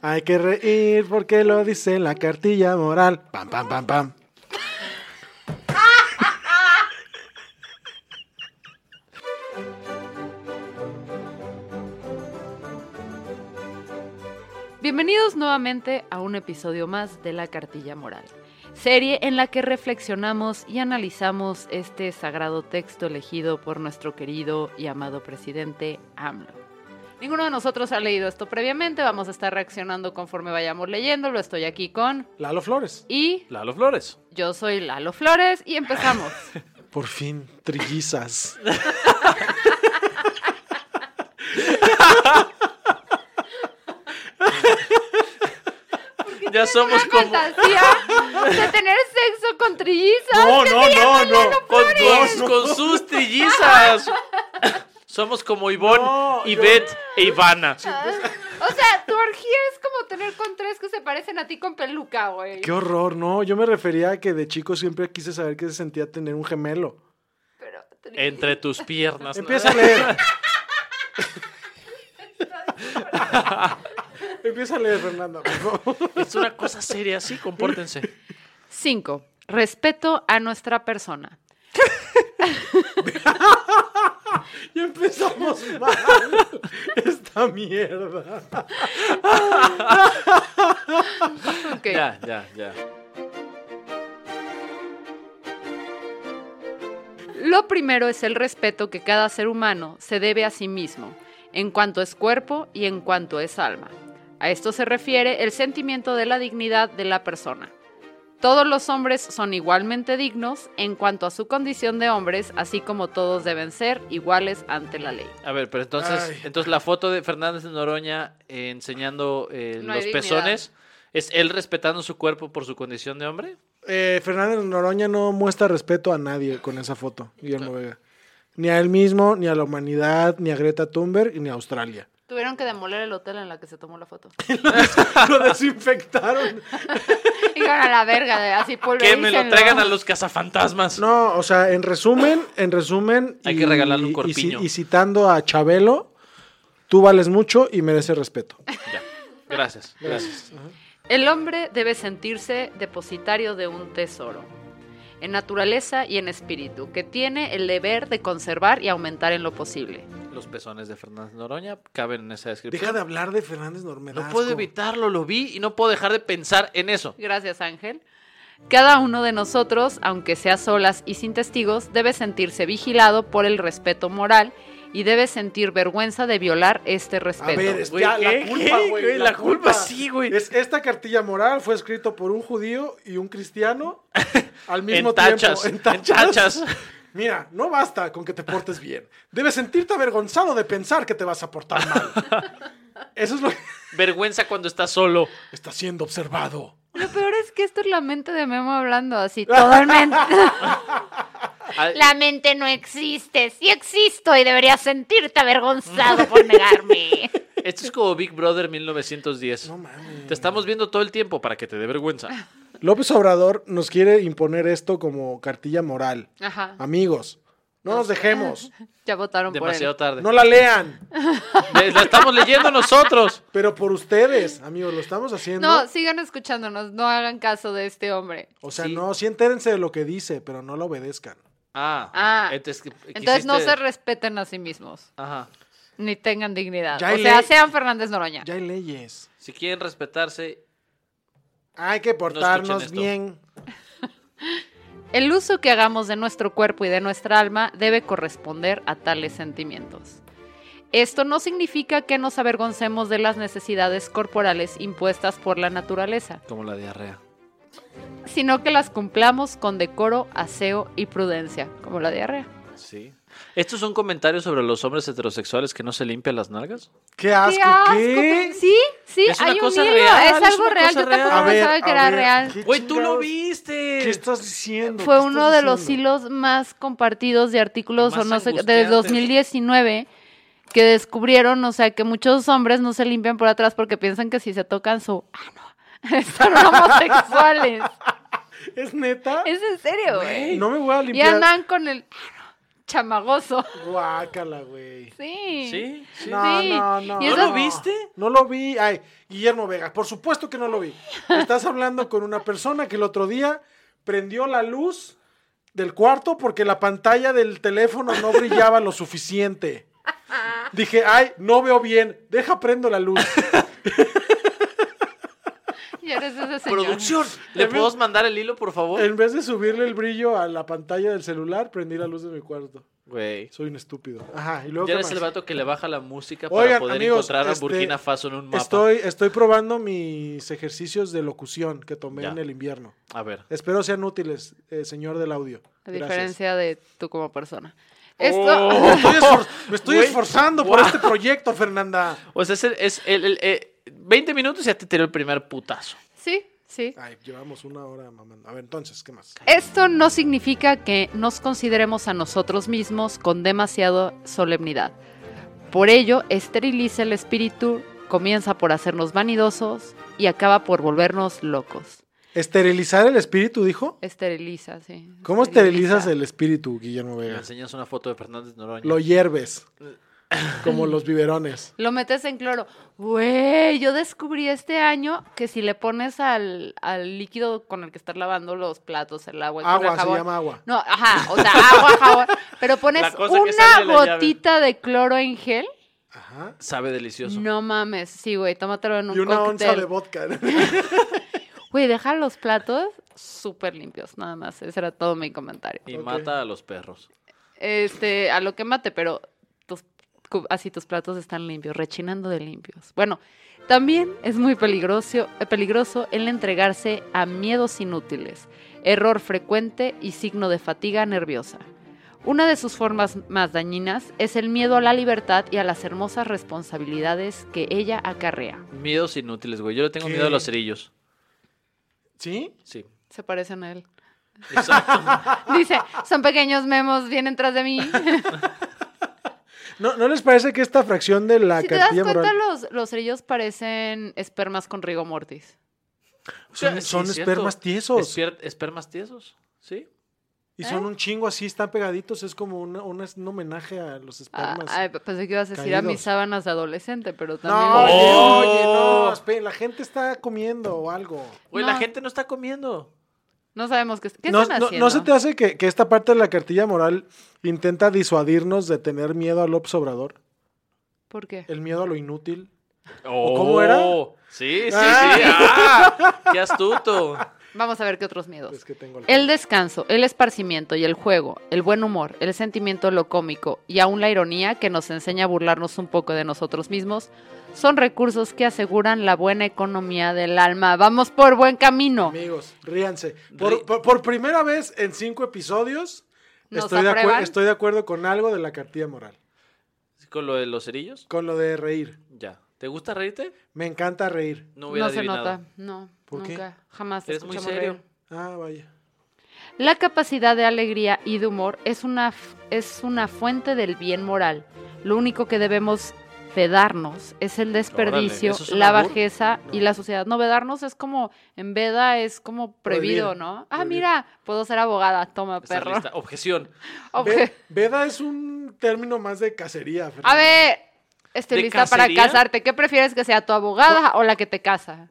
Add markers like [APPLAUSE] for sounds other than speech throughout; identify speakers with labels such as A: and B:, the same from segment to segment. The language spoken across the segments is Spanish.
A: Hay que reír porque lo dice la cartilla moral. Pam, pam, pam, pam.
B: Bienvenidos nuevamente a un episodio más de La Cartilla Moral, serie en la que reflexionamos y analizamos este sagrado texto elegido por nuestro querido y amado presidente AMLO. Ninguno de nosotros ha leído esto previamente, vamos a estar reaccionando conforme vayamos leyéndolo, estoy aquí con...
A: Lalo Flores.
B: Y
C: Lalo Flores.
B: yo soy Lalo Flores y
C: [LAUGHS]
B: empezamos.
A: Por fin, trillizas. [LAUGHS]
C: Ya
B: [LAUGHS]
C: somos como.
B: fantasía de tener sexo con trillizas.
C: No, no, no, no. Con,
B: Flores.
C: tus- con sus trillizas. [LAUGHS] Somos como Ivonne,
A: No, yo-
C: Ivette e Ivana.
B: O sea, tu orgía es como tener con tres que se parecen a ti con peluca, güey.
A: Qué horror, no. Yo me refería a que de chico siempre quise saber qué se sentía tener un gemelo.
B: Pero tri-
C: Entre tus piernas. ¿no?
A: Empieza a leer. [LAUGHS] Empieza a leer, Fernanda, por favor.
C: Es una cosa seria, sí, compórtense.
B: Cinco. Respeto a nuestra persona.
A: [LAUGHS] Ya empezamos mal [LAUGHS] esta mierda.
B: Ok.
C: Ya, ya, ya.
B: Lo primero es el respeto que cada ser humano se debe a sí mismo, en cuanto es cuerpo y en cuanto es alma. A esto se refiere el sentimiento de la dignidad de la persona. Todos los hombres son igualmente dignos en cuanto a su condición de hombres, así como todos deben ser iguales ante la ley.
C: A ver, pero entonces,
A: Ay.
C: entonces la foto de Fernández de Noroña eh, enseñando eh,
B: No hay
C: los
B: dignidad.
C: pezones. ¿Es él respetando su cuerpo por su condición de hombre?
A: Eh, Fernández Noroña no muestra respeto a nadie con esa foto, Guillermo Vega. Ni a él mismo, ni a la humanidad, ni a Greta Thunberg, y ni a Australia.
B: Tuvieron que demoler el hotel en la que se tomó la foto.
A: Lo desinfectaron.
B: Iban a la verga, de- así
C: Que me lo
B: pulverícenlo.
C: traigan a los cazafantasmas.
A: No, o sea, en resumen, en resumen.
C: Hay que regalarle
A: y-
C: un
A: y ci-
C: corpiño.
A: Y, citando a Chabelo, tú vales mucho y mereces respeto.
C: Ya. Gracias, gracias.
B: El hombre debe sentirse depositario de un tesoro, en naturaleza y en espíritu, que tiene el deber de conservar y aumentar en lo posible.
C: Los pezones de Fernández de Noroña caben en esa descripción.
A: Deja de hablar de Fernández Normerasco.
C: No puedo evitarlo, lo vi y no puedo dejar de pensar en eso.
B: Gracias, Ángel. Cada uno de nosotros, aunque sea solas y sin testigos, debe sentirse vigilado por el respeto moral y debe sentir vergüenza de violar este
A: A
B: respeto.
A: ver, es
C: Güey,
A: ya la
C: ¿qué?
A: culpa,
C: ¿Qué?
A: güey.
C: Güey, la culpa, sí, güey.
A: Es, esta cartilla moral fue escrito por un judío y un
C: [LAUGHS]
A: cristiano al mismo
C: en tachas,
A: tiempo.
C: en tachas.
A: [LAUGHS] Mira, no basta con que te portes bien. Debes sentirte avergonzado de pensar que te vas a portar
C: [LAUGHS]
A: mal. Eso es lo que [LAUGHS]
C: Vergüenza cuando estás solo.
A: está siendo observado.
B: Lo peor es que esto es la mente de Memo hablando
A: [LAUGHS]
B: así, totalmente.
C: Ah,
D: La mente no existe. Sí existo y deberías sentirte avergonzado por negarme.
C: Esto es como Big Brother 1910. Te estamos viendo todo el tiempo para que te dé vergüenza.
A: López Obrador nos quiere imponer esto como cartilla moral.
B: [LAUGHS] Ajá.
A: Amigos, no nos
C: [LAUGHS]
A: dejemos.
B: Ya votaron
C: Demasiado
B: por él.
C: tarde.
A: No la lean.
C: Le- La estamos leyendo nosotros.
A: Pero por ustedes, amigos, lo estamos haciendo.
B: No, sigan escuchándonos, no hagan caso de este hombre.
A: o sea,
C: sí.
A: no, sí entérense de lo que dice, pero no lo obedezcan.
C: Ah.
B: Ah.
C: Entonces, que-
B: Entonces no
C: quisiste-
B: se respeten a sí mismos,
C: Ajá.
B: ni tengan dignidad.
A: Ya
B: o
A: hay
B: sea,
A: ley-
B: sean Fernández Noroña.
A: Ya hay leyes.
C: Si quieren respetarse,
A: Hay que portarnos
C: esto.
A: bien.
B: El uso que hagamos de nuestro cuerpo y de nuestra alma debe corresponder a tales sentimientos. Esto no significa que nos avergoncemos de las necesidades corporales impuestas por la naturaleza,
C: como la diarrea.
B: sino que las cumplamos con decoro, aseo y prudencia, como la diarrea.
C: Sí. ¿Estos son comentarios sobre los hombres heterosexuales que no se limpian las nalgas?
A: ¡Qué asco!
B: ¡Qué asco!
A: ¿qué?
B: Sí, sí,
C: Es una
B: hay un
C: cosa
B: hilo.
C: real,
B: es
C: es
B: algo
C: una
B: real.
C: cosa
B: Yo tampoco
C: real. A ver,
B: pensaba que
A: a
B: era
A: ver,
B: real.
A: ¿qué
C: Güey, tú lo
A: chingados?
C: viste.
A: ¿Qué estás diciendo?
B: Fue
A: ¿Qué
B: uno
A: estás
B: de los
A: diciendo?
B: hilos más compartidos de artículos o
C: Más
B: no sé, de
C: angustiantes.
B: 2019 que descubrieron, o sea, que muchos hombres no se limpian por atrás porque piensan que si se tocan su ano [LAUGHS] son homosexuales.
A: ¿Es neta?
B: es en serio, güey.
A: No me voy a
B: Y
A: limpiar.
B: andan con el ano chamagoso.
A: Guácala, güey.
B: Sí.
C: Sí, sí.
A: No,
B: Sí.
A: no, no.
B: ¿Y ¿No
C: eso- lo viste?
A: No lo vi. Ay, Guillermo Vega, por supuesto que no lo vi. Estás hablando con una persona que el otro día prendió la luz del cuarto porque la pantalla del teléfono no brillaba lo suficiente. Dije, ay, no veo bien, deja prendo la
C: [LAUGHS]
A: luz.
B: Y eres ese señor.
C: Producción. ¿Le puedo mandar el hilo, por favor?
A: En vez de subirle el brillo a la pantalla del celular, prendí la luz de mi cuarto.
C: Güey.
A: Soy un estúpido. Ajá, y luego.
C: Ya
A: ¿qué
C: eres
A: más?
C: el vato que le baja la música para
A: Oigan,
C: poder
A: amigos,
C: encontrar a
A: este,
C: Burkina Faso en un mapa.
A: Estoy, estoy probando mis ejercicios de locución que tomé
C: Ya.
A: en el invierno.
C: A ver.
A: Espero sean útiles, eh, señor del audio.
B: A
A: Gracias. Oh.
B: diferencia de tú como persona. Esto. [LAUGHS]
A: Me estoy, esfor- me estoy
C: Güey.
A: esforzando por
C: Guau.
A: este proyecto, Fernanda.
C: O sea, Pues es el, es el- el- eh, 20 minutos y ya te tiró el primer putazo.
B: Sí, sí.
A: Ay, llevamos una hora mamando. A ver, entonces, ¿qué más?
B: Esto no significa que nos consideremos a nosotros mismos con demasiada solemnidad. Por ello, esteriliza el espíritu, comienza por hacernos vanidosos y acaba por volvernos locos.
A: ¿Esterilizar el espíritu, dijo?
B: Esteriliza, sí.
A: ¿Cómo
B: esteriliza.
A: esterilizas el espíritu, Guillermo
C: Me
A: Vega?
C: enseñas una foto de Fernández Noroña.
A: Lo hierves. Como los biberones.
B: Lo metes en cloro. Güey, yo descubrí este año que si le pones al, al líquido con el que estás lavando los platos, el agua, y con el
A: Agua, se
B: jabón-
A: llama agua.
B: No, ajá, o sea, agua, jabón. Pero pones
C: La cosa que
B: una
C: sale de la llave.
B: gotita de cloro en gel.
A: Ajá.
C: Sabe delicioso.
B: No mames, sí, güey, tómatelo en un
A: Y una onza
B: cóctel.
A: de vodka. [LAUGHS]
B: Güey, deja los platos súper limpios, nada más. Ese era todo mi comentario.
C: Y
A: Ok.
C: mata a los perros.
B: Este, a lo que mate, pero tus, cu- así tus platos están limpios, rechinando de limpios. Bueno, también es muy peligroso, eh, peligroso el entregarse a miedos inútiles, error frecuente y signo de fatiga nerviosa. Una de sus formas más dañinas es el miedo a la libertad y a las hermosas responsabilidades que ella acarrea.
C: Miedos inútiles, güey. Yo le tengo
A: ¿Qué?
C: miedo a los cerillos.
A: ¿Sí?
C: Sí.
B: Se parecen a él.
C: Eso-
A: [LAUGHS]
B: Dice, son pequeños memos, vienen tras de mí.
A: ¿No, ¿No les parece Ah, que esta fracción de la
B: si te das
A: cartilla
B: cuenta,
A: moral
B: los, los cerillos parecen espermas con rigo mortis.
A: son,
C: Sí,
A: son
C: es cierto.
A: espermas tiesos?
C: Espier- Espermas tiesos. Sí.
A: Y
B: ¿Eh?
A: son un chingo así, están pegaditos. Es como una- una- un homenaje a los
B: Ah,
A: espermas.
B: ay, pensé que ibas a decir a mis
A: caídos.
B: sábanas de adolescente, pero también.
A: No, oye,
C: Oh.
A: oye, no, espé- la gente está comiendo o algo.
C: Güey,
B: No.
C: la gente no está comiendo.
B: No sabemos qué, qué
A: no,
B: están
A: no-
B: haciendo.
A: no se te hace que, que esta parte de la cartilla moral intenta disuadirnos de tener miedo al obsobrador?
B: ¿Por qué?
A: El miedo a lo inútil.
C: Oh.
A: cómo era?
C: Sí, sí, sí.
A: Ah.
C: [LAUGHS] Ah, ¡Qué astuto!
B: Vamos a ver qué otros miedos.
A: Es pues, que tengo
B: El descanso, el esparcimiento y el juego, el buen humor, el sentimiento de lo cómico y aún la ironía que nos enseña a burlarnos un poco de nosotros mismos son recursos que aseguran la buena economía del alma. Vamos por buen camino.
A: Amigos, ríanse. Por,
C: Ri-
A: por- por primera vez en cinco episodios,
B: ¿Nos
A: estoy de, acuer-
B: aprueban?
A: estoy de acuerdo con algo de la cartilla moral.
C: ¿Con lo de los cerillos?
A: Con lo de reír.
C: Ya. ¿Te gusta reírte?
A: Me encanta reír.
C: No
B: No
C: hubiera
B: se
C: adivinado.
B: nota, no,
A: ¿Por qué?
B: nunca, jamás.
C: Eres muy
B: escuchamos
C: serio.
B: reír.
A: Ah, vaya.
B: La capacidad de alegría y de humor es una, f- es una fuente del bien moral. Lo único que debemos vedarnos es el desperdicio,
C: ¿eso es un
B: la
C: albur?
B: bajeza y la suciedad. No, vedarnos es como, en veda es como prohibido,
A: Prohibir,
B: ¿no? Ah,
A: prohibir.
B: mira, puedo ser abogada, toma
C: Estás
B: perro. [LAUGHS]
C: lista. [LAUGHS] Objeción.
B: Obje-
A: Ve- Veda es un término más de cacería.
B: A
A: Fernanda.
B: ver, estoy
C: ¿De
B: lista para
C: cacería?
B: casarte. ¿Qué prefieres que sea tu abogada o la que te casa?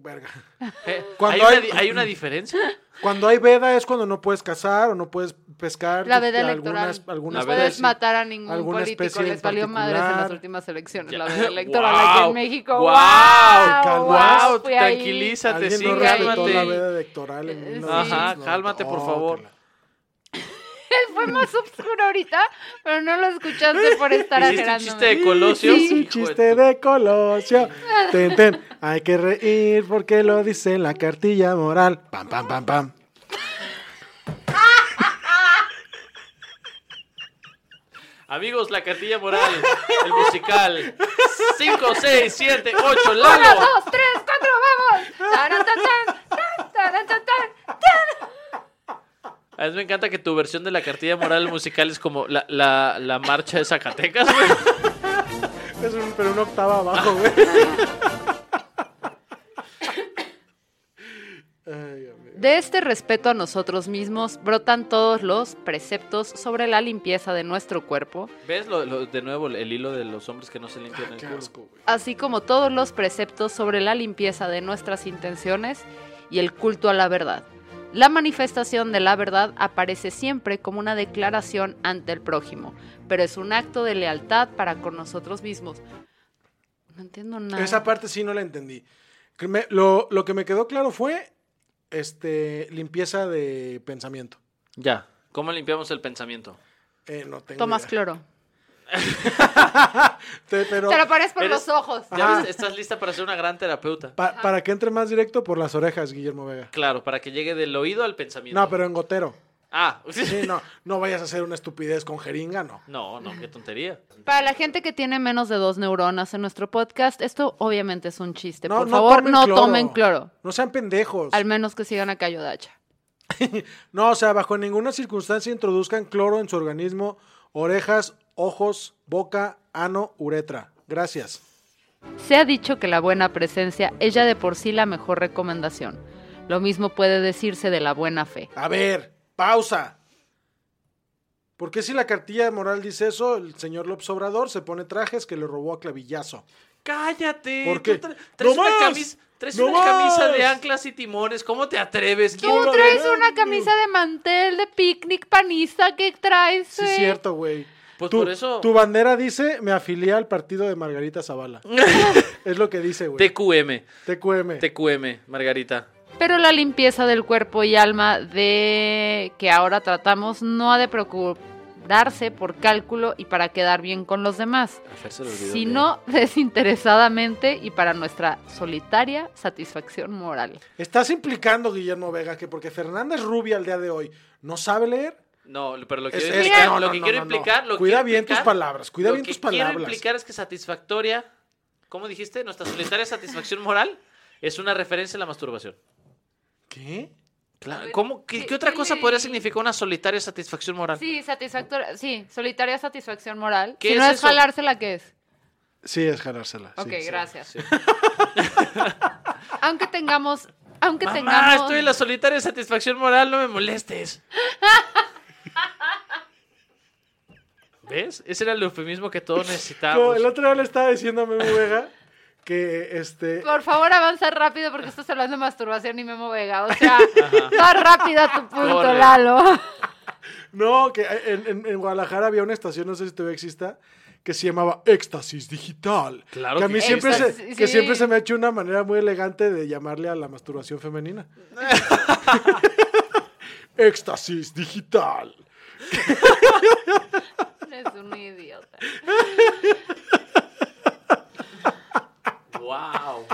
A: Verga.
C: Eh, ¿Hay,
A: Cuando
C: una,
A: hay-
C: di- hay una diferencia? [LAUGHS]
A: Cuando hay veda es cuando no puedes cazar o no puedes pescar.
B: La veda
A: algunas-
B: electoral.
A: algunas
B: no
C: veda,
B: puedes
C: sí.
B: matar a ningún
A: Alguna
B: político.
A: especie en
B: Les valió madres en las
A: particular.
B: últimas elecciones.
C: Ya.
B: La veda electoral aquí en
C: Guau,
B: México. ¡Wow!
C: guau,
A: calma.
C: Wow,
B: Fui ahí.
C: tranquilízate,
A: Alguien
C: sí,
A: no
B: sigue ahí.
A: respetó
C: cálmate.
A: la veda electoral en
B: Sí.
A: 1990.
C: Ajá, cálmate, por favor.
A: Tócala.
B: [LAUGHS] Fue más oscuro ahorita, pero no lo escuchaste por estar
C: ¿Hiciste un
B: ajerando.
C: chiste de Colosio?
A: Es un
C: Hijo de
A: chiste de Colosio. Ten, ten. Hay que reír porque lo dice la cartilla moral. Pam, pam, pam, pam.
C: Amigos, la cartilla moral, el musical. 5, 6, 7, [LAUGHS] 8, Lalo.
D: dos, tres, cuatro, vamos. Taran, tan, tan, tan, taran, tan, tan, tan.
C: A mí me encanta que tu versión de la cartilla moral el musical es como la, la, la marcha de Zacatecas, güey.
A: Es un- pero una octava abajo, güey. Ay, amigo.
B: De este respeto a nosotros mismos brotan todos los preceptos sobre la limpieza de nuestro cuerpo,
C: [LAUGHS] ¿Ves lo, lo- de nuevo el hilo de los hombres que no se limpian el
A: Qué
C: culo?
A: asco, güey.
B: así como todos los preceptos sobre la limpieza de nuestras intenciones y el culto a la verdad. La manifestación de la verdad aparece siempre como una declaración ante el prójimo, pero es un acto de lealtad para con nosotros mismos. No entiendo nada.
A: Esa parte sí no la entendí. Que me- lo, lo que me quedó claro fue este, limpieza de pensamiento.
C: Ya. ¿Cómo limpiamos el pensamiento?
A: Eh, no tengo
B: Tomas
A: idea.
B: cloro.
A: Te- pero
D: Te lo pones por
C: Eres-
D: los ojos.
C: Ya
A: Ajá.
C: ves, estás lista para ser una gran terapeuta.
A: pa- para que entre más directo por las orejas, Guillermo Vega.
C: Claro, para que llegue del oído al pensamiento.
A: No, pero en gotero. [LAUGHS]
C: Ah,
A: Sí, no, no vayas a hacer una estupidez con jeringa, no.
C: no, no, qué tontería.
B: Para la gente que tiene menos de dos neuronas en nuestro podcast, esto obviamente es un chiste.
A: No,
B: Por favor,
A: tomen
B: no tomen cloro.
A: No sean pendejos.
B: Al menos que sigan a Cayo Dacha.
A: No, o sea, bajo ninguna circunstancia introduzcan cloro en su organismo, orejas, ojos, boca, ano, uretra. Gracias.
B: Se ha dicho que la buena presencia es ya de por sí la mejor recomendación. Lo mismo puede decirse de la buena fe.
A: A ver, pausa. ¿Por qué si la cartilla moral dice eso, el señor López Obrador se pone trajes que le robó a clavillazo?
C: Cállate.
A: ¿Por
C: tú
A: qué?
C: tra- traes
A: ¡No
C: una,
A: más!
C: camis- traes
A: ¡No
C: una camisa
A: más!
C: de anclas y timones. ¿Cómo te atreves?
B: Tú
C: ¿Quién-
B: traes una camisa de mantel de picnic panista que traes.
A: Sí, es
B: eh?
A: cierto, güey.
C: Pues
A: Tu-
C: por eso-
A: Tu bandera dice, me afilié al partido de Margarita Zavala. es lo que dice, güey.
C: TQM.
A: TQM.
C: TQM, Margarita.
B: Pero la limpieza del cuerpo y alma de que ahora tratamos no ha de procurarse por cálculo y para quedar bien con los demás, sino [LAUGHS] desinteresadamente y para nuestra solitaria satisfacción moral.
A: Estás implicando, Guillermo Vega, que porque Fernanda es rubia al día de hoy, ¿no sabe leer.
C: No, pero lo que
A: Es-
C: quiero
A: es-
C: implicar,
A: no,
C: lo
A: no,
C: que
A: no,
C: quiero
A: no, no.
C: implicar, lo que
A: Cuida
C: quiero
A: bien tus
C: implicar-
A: palabras, cuida
C: lo
A: bien
C: que
A: tus palabras.
C: quiero implicar es que satisfactoria, ¿cómo dijiste? Nuestra solitaria satisfacción moral es una referencia a la masturbación.
A: ¿Qué?
C: Claro, ¿cómo? ¿Qué,
B: ¿qué-
C: qué otra
B: qué
C: cosa
B: le-
C: podría significar una solitaria satisfacción moral?
B: Sí, satisfactoria, sí, solitaria satisfacción moral.
C: ¿Qué
B: si
C: es
B: no es
C: eso?
B: jalársela, ¿qué es?
A: Sí, es jalársela. sí,
B: Ok,
A: sí.
B: gracias.
C: sí.
B: [LAUGHS] aunque tengamos, aunque
C: Mamá,
B: tengamos...
C: estoy en la solitaria satisfacción moral, no me molestes. ¿Ves? Ese era el eufemismo que todos
A: No,
C: necesitábamos.
A: el otro día le estaba diciendo a Memo Vega que este.
B: Por favor, avanza rápido porque estás hablando de masturbación y Memo Vega. O sea, va rápido a tu punto,
C: Corre.
B: Lalo. [LAUGHS]
A: No, que en, en- en Guadalajara había una estación, no sé si todavía exista, que se llamaba Éxtasis Digital.
C: Claro
A: que a
C: que
A: mí siempre se,
B: Éxtasis,
A: que
B: sí.
A: siempre se me ha hecho una manera muy elegante de llamarle a la masturbación [LAUGHS] femenina. Éxtasis Digital.
B: Es un idiota.
C: ¡Wow!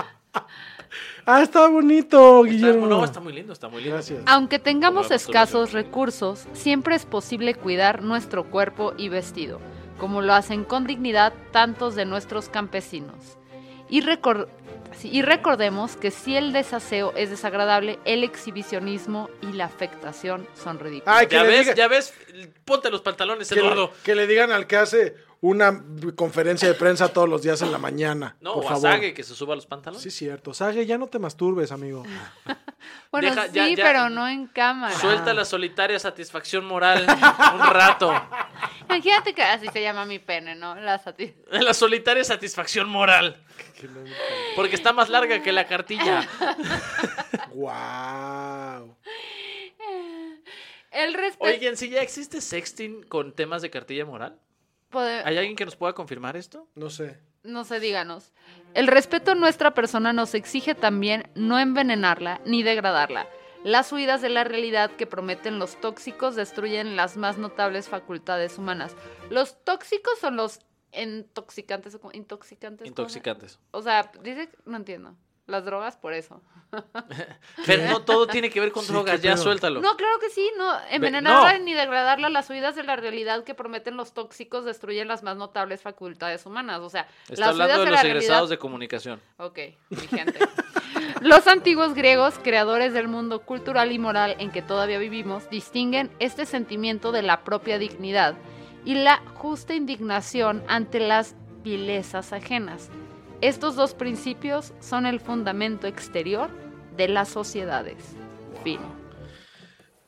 A: Ah, está bonito, Guillermo.
C: no, está muy lindo, está muy lindo.
A: Gracias.
B: Aunque
C: Por
B: tengamos
C: la
B: escasos
C: masturbación.
B: recursos, siempre es posible cuidar nuestro cuerpo y vestido, como lo hacen con dignidad tantos de nuestros campesinos. Y, recor- sí, y recordemos que si el desaseo es desagradable, el exhibicionismo y la afectación son ridículos.
A: Ay, que
C: Ya
A: le
C: ves,
A: diga-
C: ya ves, ponte los pantalones,
A: que,
C: Eduardo.
A: le, que le digan al que hace una conferencia de prensa todos los días en la mañana.
C: No,
A: por
C: o a
A: favor.
C: Sage, que se suba los pantalones.
A: Sí, cierto. Sage, ya no te masturbes, amigo.
B: Bueno,
C: Ah, deja-
B: sí,
C: ya- ya-
B: pero no en cámara.
C: Suelta la solitaria
A: [LAUGHS]
C: satisfacción moral un rato.
B: Imagínate que así se llama mi pene, ¿no? La sati-
C: La solitaria satisfacción moral. Porque está más larga que la cartilla.
A: wow.
B: El respeto.
C: Oigan, si ya existe sexting con temas de cartilla moral,
B: Pode-
C: ¿hay alguien que nos pueda confirmar esto?
A: No sé.
B: No sé, díganos. El respeto a nuestra persona nos exige también no envenenarla ni degradarla. Las huidas de la realidad que prometen los tóxicos destruyen las más notables facultades humanas. Los tóxicos son los intoxicantes o como- intoxicantes. ¿cómo se-
C: Intoxicantes.
B: O sea, dice, no entiendo. Las drogas por eso.
C: Pero no todo tiene que ver con
A: Sí,
C: drogas,
A: qué
C: ya
A: pedo.
C: suéltalo.
B: No, claro que sí, no. Envenenarla
C: no.
B: ni degradarla, las huidas de la realidad que prometen los tóxicos destruyen las más notables facultades humanas. O sea,
C: Está
B: las
C: hablando
B: huidas la
C: de los
B: realidad-
C: egresados de comunicación.
B: Ok, mi gente. [LAUGHS] Los antiguos griegos, creadores del mundo cultural y moral en que todavía vivimos, distinguen este sentimiento de la propia dignidad y la justa indignación ante las vilezas ajenas. Estos dos principios son el fundamento exterior de las sociedades. Fin.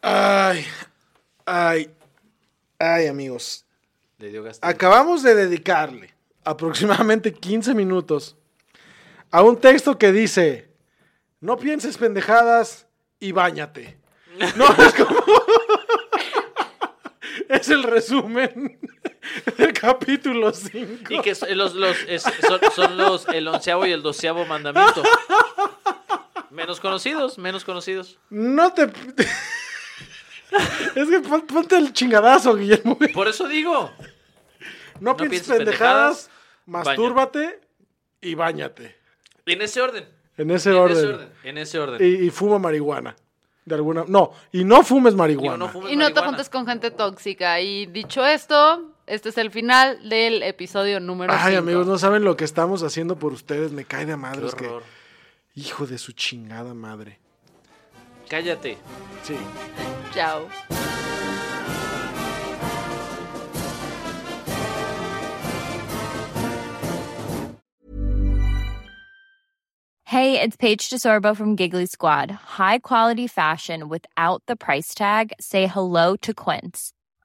A: Ay, ay, ay, amigos.
C: Le dio
A: Ah,
C: gasto.
A: Acabamos de dedicarle aproximadamente 15 minutos a un texto que dice: No pienses pendejadas y bañate. No, [LAUGHS] es como. es el resumen [LAUGHS] del capítulo 5.
C: Y que so- los, los- es- son, son los el onceavo y el doceavo mandamiento. Menos conocidos, menos conocidos.
A: No te. [LAUGHS] es que pon- ponte el chingadazo, Guillermo.
C: Por eso digo.
A: No, pienses pendejadas, mastúrbate y bañate.
C: En ese orden.
A: En ese
C: en
A: orden.
C: ese orden. En ese orden.
A: Y, y fuma marihuana. De alguna. No, y no fumes Pues marihuana.
C: Digo, no fumes
B: Y no te
C: marihuana.
B: juntes con gente tóxica. Y dicho esto, este es el final del episodio número 5.
A: Ay, amigos, no saben lo que estamos haciendo por ustedes. Me cae de
C: Qué
A: madres que.
C: horror.
A: Hijo de su chingada madre.
C: Cállate.
A: Sí.
B: Chao.
E: Hey, it's Paige DeSorbo from Giggly Squad. High quality fashion without the price tag. Say hello to Quince.